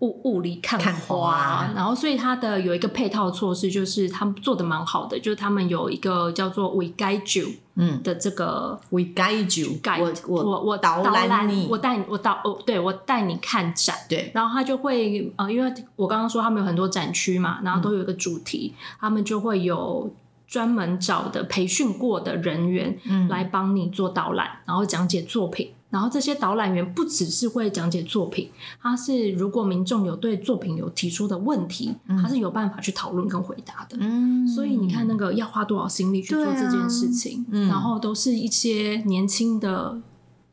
B: 雾雾里看花。
A: 看花
B: 然后，所以它的有一个配套措施，就是他们做的蛮好的，就是他们有一个叫做 “We Guide You”
A: 嗯
B: 的这个
A: ，We guide you，
B: guide，
A: 我
B: 我
A: 我
B: 导
A: 导览你，
B: 我带你，我导哦，对我带你看展。
A: 对，
B: 然后他就会呃，因为我刚刚说他们有很多展区嘛，然
A: 嗯
B: 后都有一个主题，他们就会有专门找的培训过的人员
A: 嗯
B: 来帮你做导览，然后讲解作品。然后这些导览员不只是会讲解作品，他是如果民众有对作品有提出的问题，他是有办法去讨论跟回答的。
A: 嗯，
B: 所以你看，那个要花多少心力去做
A: 对啊
B: 这件事情，
A: 嗯
B: 然后都是一些年轻的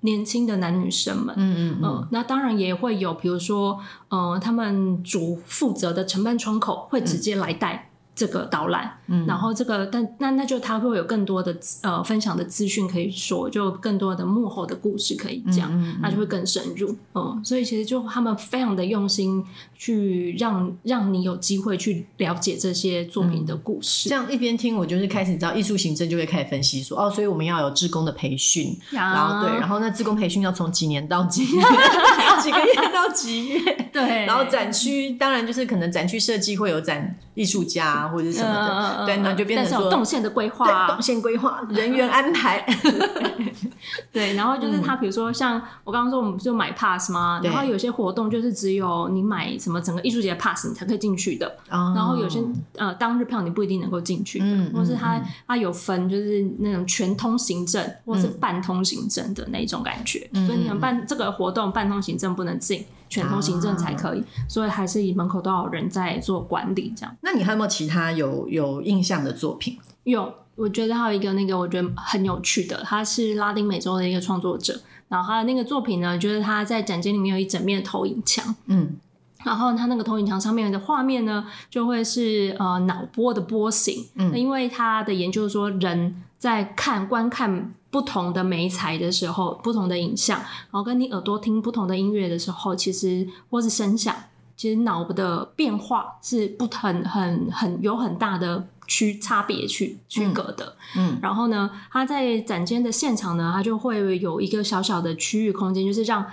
B: 年轻的男女生们，
A: 嗯嗯嗯
B: 嗯，那当然也会有，比如说，呃，他们主负责的承办窗口会直接来带这个导览，
A: 嗯，
B: 然后这个，但那那就他会有更多的资呃分享的资讯可以说，就更多的幕后的故事可以讲，
A: 嗯嗯嗯
B: 那就会更深入，嗯，所以其实就他们非常的用心去让让你有机会去了解这些作品的故事
A: 这，样一边听，我就是开始你知道艺术行政就会开始分析说，哦，所以我们要有志工的培训，
B: 呀
A: 然后对，然后那志工培训要从几年 到几月，几个月到几月，
B: 对，
A: 然后展区当然就是可能展区设计会有展艺术家啊或者什么的，
B: 嗯嗯嗯
A: 对，那就变
B: 但
A: 成
B: 是
A: 说
B: 有动线的规划
A: 对
B: 啊
A: 动，线规划、人员安 排，
B: 对，然后就是他，比如说像我刚刚说，我们不是有买 pass 吗？
A: 嗯对
B: 然后有些活动就是只有你买什么整个艺术节 pass 你才可以进去的，然
A: 然
B: 后有些呃当日票你不一定能够进去的，
A: 哦嗯
B: 或是
A: 嗯
B: 它
A: 嗯
B: 它有分就是那种全通行证或是半通行证的那一种感觉，
A: 嗯
B: 所以你
A: 嗯嗯
B: 们办这个活动半通行证不能进，全通行证才可以，
A: 啊
B: 所以还是以门口都要有人在做管理这样。
A: 那你还有没有其他有有印象的作品？
B: 有，我觉得还有一个那个我觉得很有趣的，他是拉丁美洲的一个创作者，然后他的那个作品呢，就是他在展间里面有一整面投影墙，
A: 嗯，
B: 然后它那个投影墙上面的画面呢，就会是呃脑波的波形。
A: 嗯
B: 那因为他的研究说，人在看观看不同的媒材的时候，不同的影像，然后跟你耳朵听不同的音乐的时候，其实或是声响，其实脑的变化是不很很很有很大的区差别区区隔的。
A: 嗯
B: 然后呢，他在展间的现场呢，他就会有一个小小的区域空间，就是让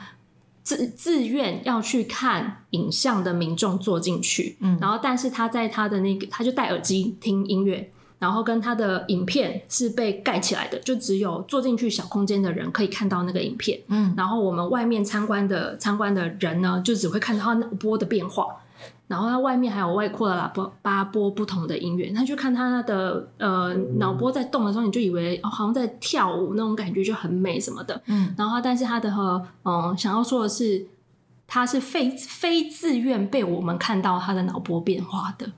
B: 自自愿要去看影像的民众坐进去。
A: 嗯
B: 然后但是他在他的那个，他就戴耳机听音乐。然后跟他的影片是被盖起来的，就只有坐进去小空间的人可以看到那个影片。
A: 嗯
B: 然后我们外面参观的参观的人呢，就只会看到他脑波的变化。然后它外面还有外扩的喇叭八波不同的音乐，那就看它的呃脑波在动的时候，你就以为、哦、好像在跳舞那种感觉就很美什么的。
A: 嗯
B: 然后它但是它的和嗯想要说的是，它是非非自愿被我们看到它的脑波变化的。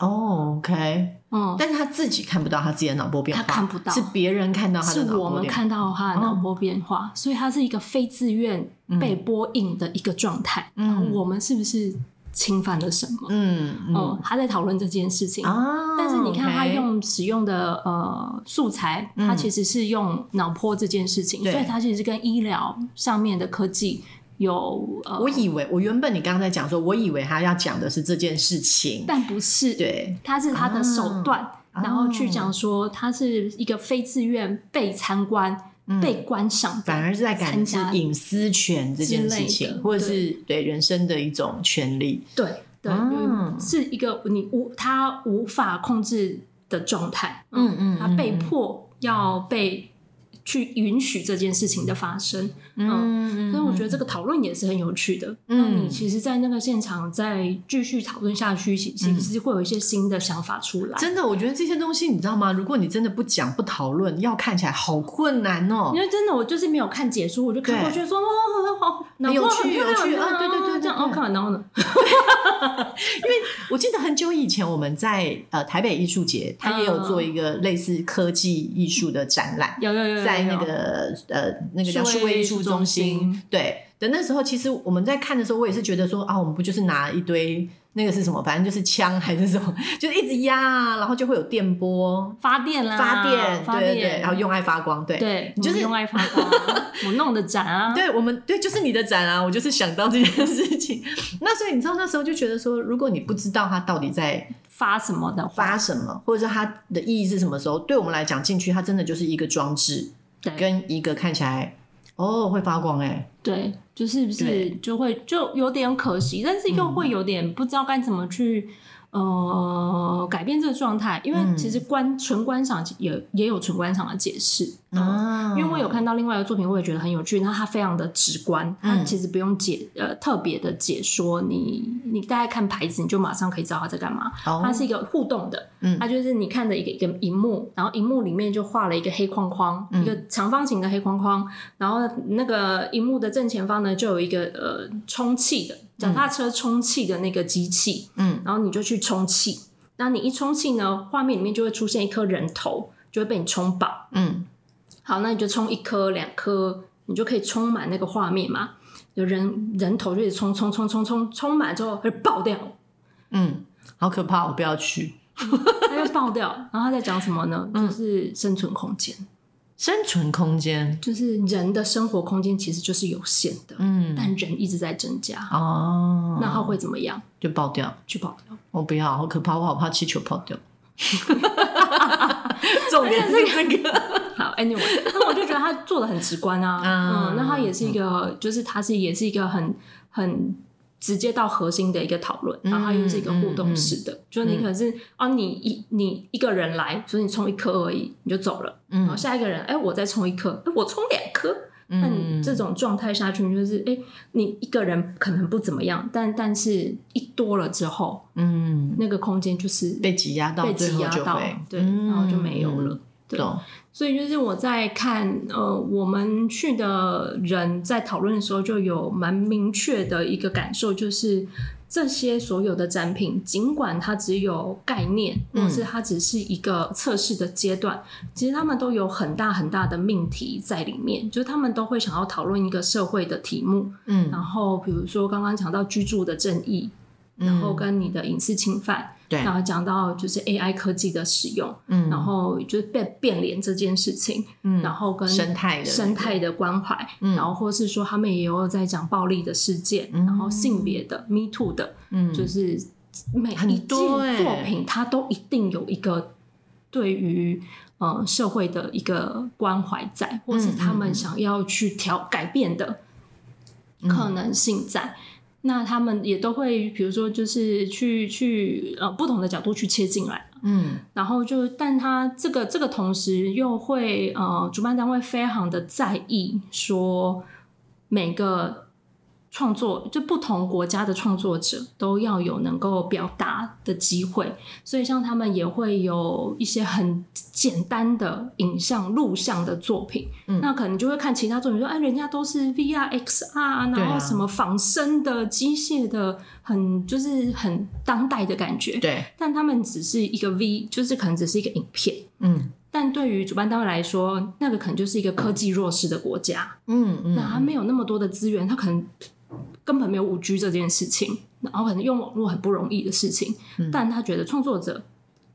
A: 哦，OK，
B: 嗯，
A: 但是他自己看不到他自己的脑波变化，
B: 他看不到
A: 是别人看到他的
B: 是
A: 脑波
B: 我
A: 嗯
B: 们
A: 变化。
B: 看到它的脑波变化，所以它是一个非自愿被波印的一个状态。
A: 嗯
B: 然后我们是不是侵犯了什么？
A: 嗯嗯
B: 哦，他在讨论这件事情。
A: 啊，
B: 但是你看，他
A: OK
B: 用使用的呃素材，
A: 嗯
B: 它其实是用脑波这件事情，
A: 对
B: 所以它其实跟医疗上面的科技有呃，
A: 我以为我原本你刚刚在讲说，我以为他要讲的是这件事情，
B: 但不是，
A: 对，
B: 它是它的手段，
A: 啊
B: 然后去讲说它是一个非自愿被参观、被观赏的，
A: 嗯反而是在感
B: 参
A: 知
B: 加
A: 隐私权这件事
B: 之类
A: 情，
B: 的
A: 或者是对人生的一种权利。
B: 对对，
A: 嗯
B: 是一个你无它无法控制的状态，
A: 嗯嗯
B: 它被迫要被去允许这件事情的发生，
A: 嗯
B: 所以我觉得这个讨论也是很有趣的。
A: 嗯
B: 那你其实，在那个现场再继续讨论下去，其其实会有一些新的想法出来。
A: 嗯真的，我觉得这些东西你知道吗？如果你真的不讲不讨论，要看起来好困难哦
B: 因。为真的，我就是没有看解说，我就看过去说哦，好，
A: 很有趣
B: 很
A: 有趣啊对对对对
B: 这样
A: 对
B: OK，然后呢，
A: 我记得很久以前我们在呃台北艺术节，它也有
B: 嗯
A: 做一个类似科技艺术的展览，
B: 有有有有
A: 在那
B: 有
A: 个呃那个叫
B: 数位
A: 数位艺术中
B: 艺术中
A: 心
B: 心，
A: 对的那时候，其实我们在看的时候，我也是觉得说啊，我们不就是拿一堆那个是什么，反正就是枪还是什么，就是一直压啊，然后就会有电波
B: 发电啦，
A: 发电，
B: 啊发
A: 对
B: 电，
A: 对对，然后用爱发光，对。
B: 对，
A: 你就是
B: 我用爱发光啊，我弄的展 啊，
A: 对我们对，就是你的展啊，我就是想到这件事情。 那所以你知道那时候就觉得说，如果你不知道它到底在
B: 发什么的话，
A: 发什么，或者是它的意义是什么时候，对我们来讲进去，它真的就是一个装置
B: 对
A: 跟一个看起来哦会发光哎、
B: 对，就是不是
A: 对
B: 就会就有点可惜，但是又会有点不知道该怎么去。呃，改变这个状态，因为
A: 嗯
B: 其实观纯观赏也也有纯观赏的解释，
A: 啊，
B: 哦因为我有看到另外一个作品，我也觉得很有趣。那它非常的直观，它
A: 嗯
B: 其实不用解呃特别的解说，你你大概看牌子，你就马上可以知道它在干嘛。
A: 哦
B: 它是一个互动的，
A: 嗯
B: 它就是你看着一个一个荧幕，然后荧幕里面就画了一个黑框框，
A: 嗯
B: 一个长方形的黑框框，然后那个荧幕的正前方呢就有一个呃充气的脚踏车充气的那个机器，
A: 嗯，
B: 然后你就去充气，那你一充气呢，画面里面就会出现一颗人头，就会被你充饱。
A: 嗯
B: 好，那你就充一颗、两颗，你就可以充满那个画面嘛。有人人头就一直充充充充充充满之后，它就爆掉，
A: 嗯，好可怕，我不要去。
B: 它就爆掉。然后他在讲什么呢？
A: 嗯
B: 就是生存空间，
A: 生存空间，
B: 就是人的生活空间其实就是有限的，
A: 嗯，
B: 但人一直在增加，
A: 哦，
B: 那它会怎么样？
A: 就爆掉，
B: 去爆掉。
A: 我不要，好可怕，我好怕气球爆掉。 重点是这个，
B: 好，anyway，那我就觉得他做的很直观啊，
A: 嗯
B: 嗯，那他也是一个，就是他是也是一个很很直接到核心的一个讨论，然后它又是一个
A: 嗯
B: 互动式的，就是你可能是、啊，你一你一个人来，所以你冲一颗而已，你就走了，
A: 嗯
B: 然后下一个人，哎、我再冲一颗，哎，我冲两颗。 那
A: 嗯
B: 你这种状态下去，你就是哎、你一个人可能不怎么样，但但是一多了之后，
A: 嗯，
B: 那个空间就是
A: 被挤压到
B: 被
A: 最
B: 挤
A: 后
B: 压
A: 就
B: 到
A: 会，
B: 对，
A: 嗯
B: 然后就没有了。对
A: 懂，
B: 所以就是我在看呃，我们去的人在讨论的时候，就有蛮明确的一个感受，就是这些所有的展品，尽管它只有概念，
A: 嗯
B: 或是它只是一个测试的阶段，其实他们都有很大很大的命题在里面，就是他们都会想要讨论一个社会的题目，
A: 嗯，
B: 然后比如说刚刚讲到居住的正义，然后跟你的隐私侵犯，
A: 嗯对，
B: 然后讲到就是 AI 科技的使用。
A: 嗯，
B: 然后就是变变脸这件事情，
A: 嗯
B: 然后跟
A: 生态的
B: 生态的关怀，
A: 嗯
B: 然后或是说他们也有在讲暴力的事件，
A: 嗯
B: 然后性别的 Me Too 的，
A: 嗯
B: 就是每一
A: 很
B: 件
A: 多欸
B: 作品，它都一定有一个对于呃社会的一个关怀在，或是他
A: 嗯嗯
B: 们想要去调改变的
A: 嗯
B: 可能性在。那他们也都会，比如说，就是去去呃不同的角度去切进来，
A: 嗯
B: 然后就，但他这个这个同时又会呃，主办单位非常的在意说每个创作就不同国家的创作者都要有能够表达的机会，所以像他们也会有一些很简单的影像录像的作品，
A: 嗯
B: 那可能就会看其他作品说，哎，人家都是 VR、XR，
A: 对啊
B: 然后什么仿生的、机械的，很就是很当代的感觉，
A: 对，
B: 但他们只是一个 V，就是可能只是一个影片。
A: 嗯
B: 但对于主办单位来说，那个可能就是一个科技弱势的国家，
A: 嗯嗯，
B: 那他没有那么多的资源，他可能根本没有五 G 这件事情，然后可能用网络很不容易的事情。
A: 嗯
B: 但他觉得创作者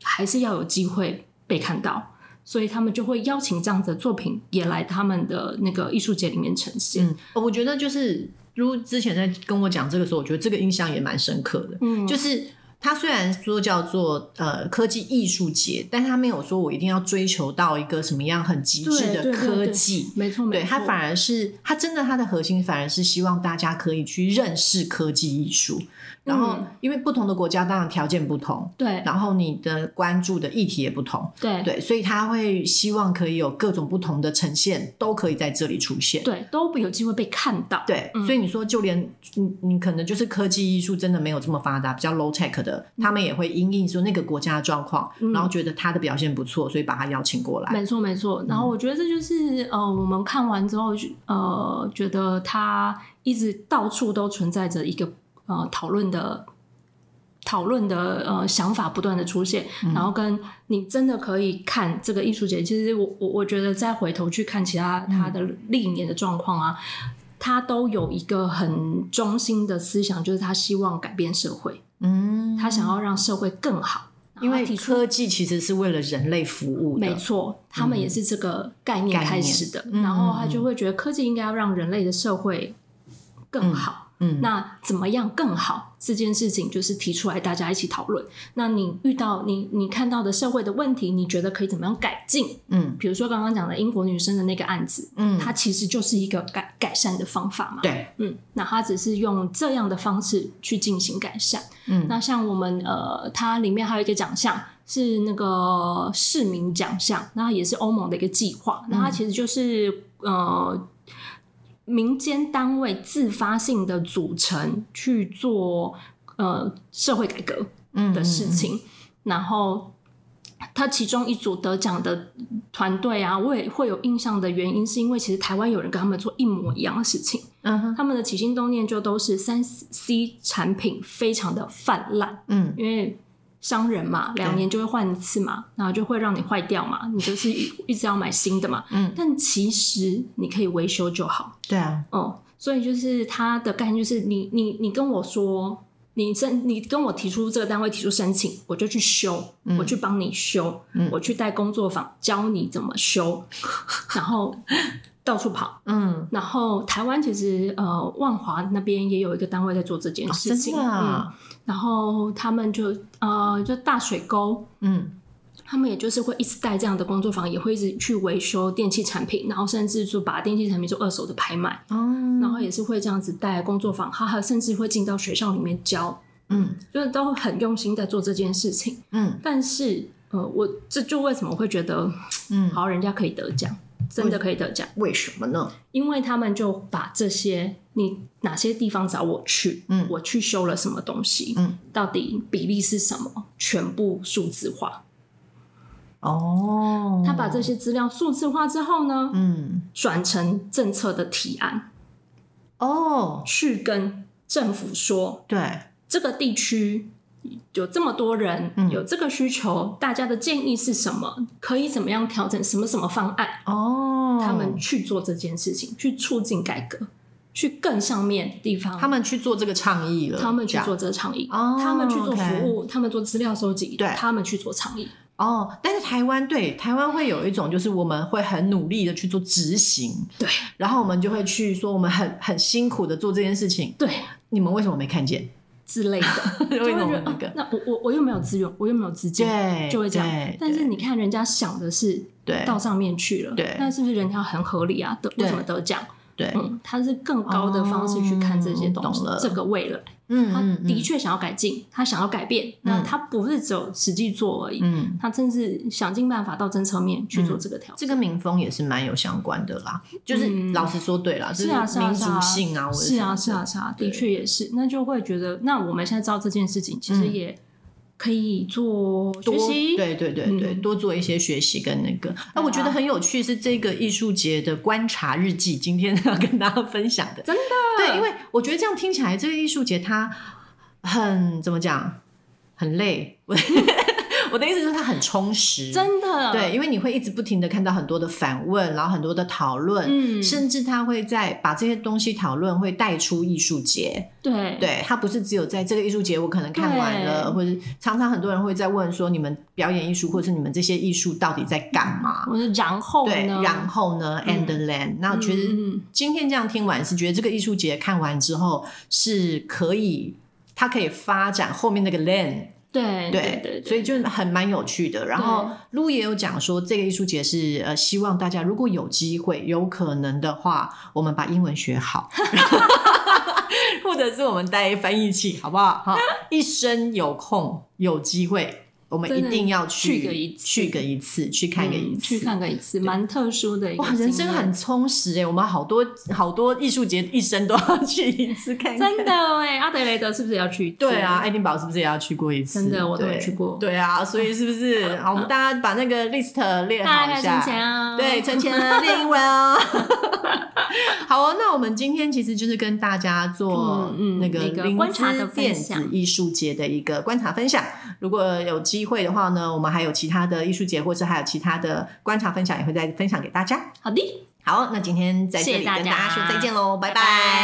B: 还是要有机会被看到，所以他们就会邀请这样子的作品也来他们的那个艺术节里面呈现。
A: 嗯，我觉得就是，如之前在跟我讲这个时候，我觉得这个印象也蛮深刻的。
B: 嗯
A: 就是它虽然说叫做呃科技艺术节，但它没有说我一定要追求到一个什么样很极致
B: 对
A: 的
B: 对对
A: 科
B: 对
A: 技。
B: 没错，没
A: 对，
B: 错，
A: 它反而是它真的它的核心反而是希望大家可以去认识科技艺术，然后
B: 嗯
A: 因为不同的国家当然条件不同，
B: 对
A: 然后你的关注的议题也不同，
B: 对
A: 对，所以他会希望可以有各种不同的呈现都可以在这里出现。
B: 对，都有机会被看到。
A: 对，所以你说，就连你你可能就是科技艺术真的没有这么发达，比较 low tech 的，他们也会因应说那个国家的状况，然后觉得他的表现不错，所以把他邀请过来。
B: 嗯没错，没错。
A: 嗯
B: 然后我觉得这就是、呃，我们看完之后，呃，觉得它一直到处都存在着一个呃讨论的讨论的呃想法不断的出现，
A: 嗯
B: 然后跟你真的可以看这个艺术节，其实我我我觉得再回头去看其他
A: 嗯
B: 它的历年的状况啊。它都有一个很中心的思想，就是他希望改变社会，
A: 嗯，
B: 他想要让社会更好。然后
A: 因
B: 他
A: 为
B: 提出
A: 科技其实是为了人类服务
B: 没
A: 的，嗯
B: 错，他们也是这个概念开始的，
A: 念
B: 然后他就会觉得科技应该要让人类的社会更好。
A: 嗯
B: 那怎么样更好这件事情，就是提出来大家一起讨论。那你遇到你你看到的社会的问题，你觉得可以怎么样改进？
A: 嗯
B: 比如说刚刚讲的英国女生的那个案子，
A: 嗯，
B: 它其实就是一个改改善的方法嘛。
A: 对，
B: 嗯，那他只是用这样的方式去进行改善。
A: 嗯
B: 那像我们呃，它里面还有一个奖项是那个市民奖项，那也是欧盟的一个计划。
A: 嗯
B: 那它其实就是呃，民间单位自发性的组成去做呃社会改革
A: 嗯
B: 的事，情，然后。他其中一组得奖的团队啊，我也会有印象的原因，是因为其实台湾有人跟他们做一模一样的事情，
A: 嗯哼，
B: 他们的起心动念就都是三 C 产品非常的泛滥，
A: 嗯
B: 因为商人嘛，两年就会换一次嘛，然后就会让你坏掉嘛，你就是一一直要买新的嘛。
A: 嗯
B: 但其实你可以维修就好，
A: 对啊，
B: 哦、所以就是它的概念就是你你你跟我说。你申，你跟我提出这个单位提出申请，我就去修，我去帮你修，我去带工作坊教你怎么修， 然后到处跑，
A: 嗯，
B: 然后台湾其实呃万华那边也有一个单位在做这件
A: 哦
B: 事
A: 真
B: 情，
A: 的啊，
B: 嗯，然后他们就呃就大水沟
A: 嗯
B: 他们也就是会一直带这样的工作坊，也会一直去维修电器产品，然后甚至就把电器产品做二手的拍卖，
A: 哦，
B: 然后也是会这样子带工作坊，他还甚至会进到学校里面教，
A: 嗯
B: 就是都很用心在做这件事情。
A: 嗯
B: 但是，呃，我这就为什么会觉得，
A: 嗯，
B: 好，人家可以得奖，真的可以得奖，
A: 为什么呢？
B: 因为他们就把这些你哪些地方找我去，
A: 嗯
B: 我去修了什么东西，
A: 嗯，
B: 到底比例是什么，全部数字化。
A: 哦，
B: 他把这些资料数字化之后呢，
A: 嗯
B: 转成政策的提案，
A: 哦，
B: 去跟政府说
A: 对，
B: 这个地区。有这么多人
A: 嗯
B: 有这个需求，大家的建议是什么？可以怎么样调整什么什么方案？
A: 哦，
B: 他们去做这件事情，去促进改革，去更上面的地方，
A: 他们去做这个倡议了，
B: 他们去
A: 这样
B: 做这个倡议，
A: 哦
B: 他们去做
A: OK
B: 服务，他们做资料收集，
A: 对
B: 他们去做倡议，
A: 哦，但是台湾对台湾会有一种，就是我们会很努力的去做执行，
B: 对
A: 然后我们就会去说我们很很辛苦的做这件事情，
B: 对
A: 你们为什么没看见？
B: 之 类的，
A: 为
B: 就会
A: 什
B: 觉
A: 么
B: 得、
A: 那
B: 啊
A: 个？
B: 那我我我又没有资源，我又没有资金，
A: 对，
B: 就会这样
A: 对。
B: 但是你看人家想的是
A: 对
B: 到上面去了，
A: 对
B: 那是不是人家很合理啊？得
A: 对
B: 为什么得奖？
A: 对，
B: 嗯，他是更高的方式去看这些东西，
A: 哦懂了
B: 这个未来，
A: 嗯
B: 他
A: 嗯
B: 的确想要改进，他想要改变，那他不是只有实际做而已，
A: 嗯，
B: 他真是想尽办法到政策面去做这个调整。
A: 这跟民风也是蛮有相关的啦，就是、
B: 嗯
A: 老实说，对啦，就是
B: 啊，是啊，
A: 民
B: 是
A: 族
B: 啊，
A: 性啊，或者
B: 是啊，
A: 什
B: 是
A: 么
B: 啊，
A: 的，
B: 是啊，
A: 对
B: 的确也是。那就会觉得，那我们现在知道这件事情，其实
A: 嗯
B: 也可以做学
A: 多
B: 习。
A: 对对对对，
B: 嗯啊
A: 多做一些学习跟那个。那、我觉得很有趣是这个艺术节的观察日记，今天要跟大家分享的。
B: 真的，
A: 对，因为我觉得这样听起来，这个艺术节它很怎么讲，很累。 我我的意思是它很充实，
B: 真的，
A: 对，，因为你会一直不停的看到很多的反问，然后很多的讨论，
B: 嗯
A: 甚至他会在把这些东西讨论会带出艺术节，
B: 对，
A: 对，他不是只有在这个艺术节我可能看完了，或者常常很多人会在问说你们表演艺术或是你们这些艺术到底在干嘛？
B: 我说然后
A: 对，
B: 呢？
A: 然后呢、
B: 嗯
A: a n d then，那其实
B: 嗯嗯
A: 今天这样听完是觉得这个艺术节看完之后是可以，它可以发展后面那个 land。
B: 对
A: 对
B: 对，
A: 所以就是很蛮有趣的。然后路也有讲说，这个艺术节是呃，希望大家如果有机会、有可能的话，我们把英文学 好，或者是我们带翻译器，好不 好？哈，一生有空有机会，我们
B: 真
A: 一
B: 的
A: 定要去
B: 去个一次
A: 去个一次，去看个一
B: 嗯
A: 次，
B: 去看个一次，蛮特殊的一个
A: 哇，人
B: 经
A: 生
B: 验
A: 很充实哎、我们好多好多艺术节一生都 要去一次看看。
B: 真的哎，阿德雷德是不是也要去一次？
A: 对啊，爱丁堡是不是也要去过一次？
B: 真的我都
A: 对
B: 有去过
A: 对啊，所以是不 是？好，我们大家把那个 list 列好
B: 大家
A: 一
B: 开存
A: 下。
B: 钱啊，
A: 对，存钱啊，练英文哦。 好哦，那我们今天其实就是跟大家做
B: 嗯嗯
A: 那个
B: 那个
A: 灵
B: 观察
A: 芝
B: 的
A: 电
B: 分
A: 子
B: 享
A: 艺术节的一个观察分享。如果有机会的话呢，我们还有其他的艺术节，或是还有其他的观察分享，也会再分享给大家。
B: 好的，
A: 好，那今天在这
B: 谢
A: 里
B: 谢大
A: 跟
B: 家
A: 大家说再见喽，拜
B: 拜
A: 拜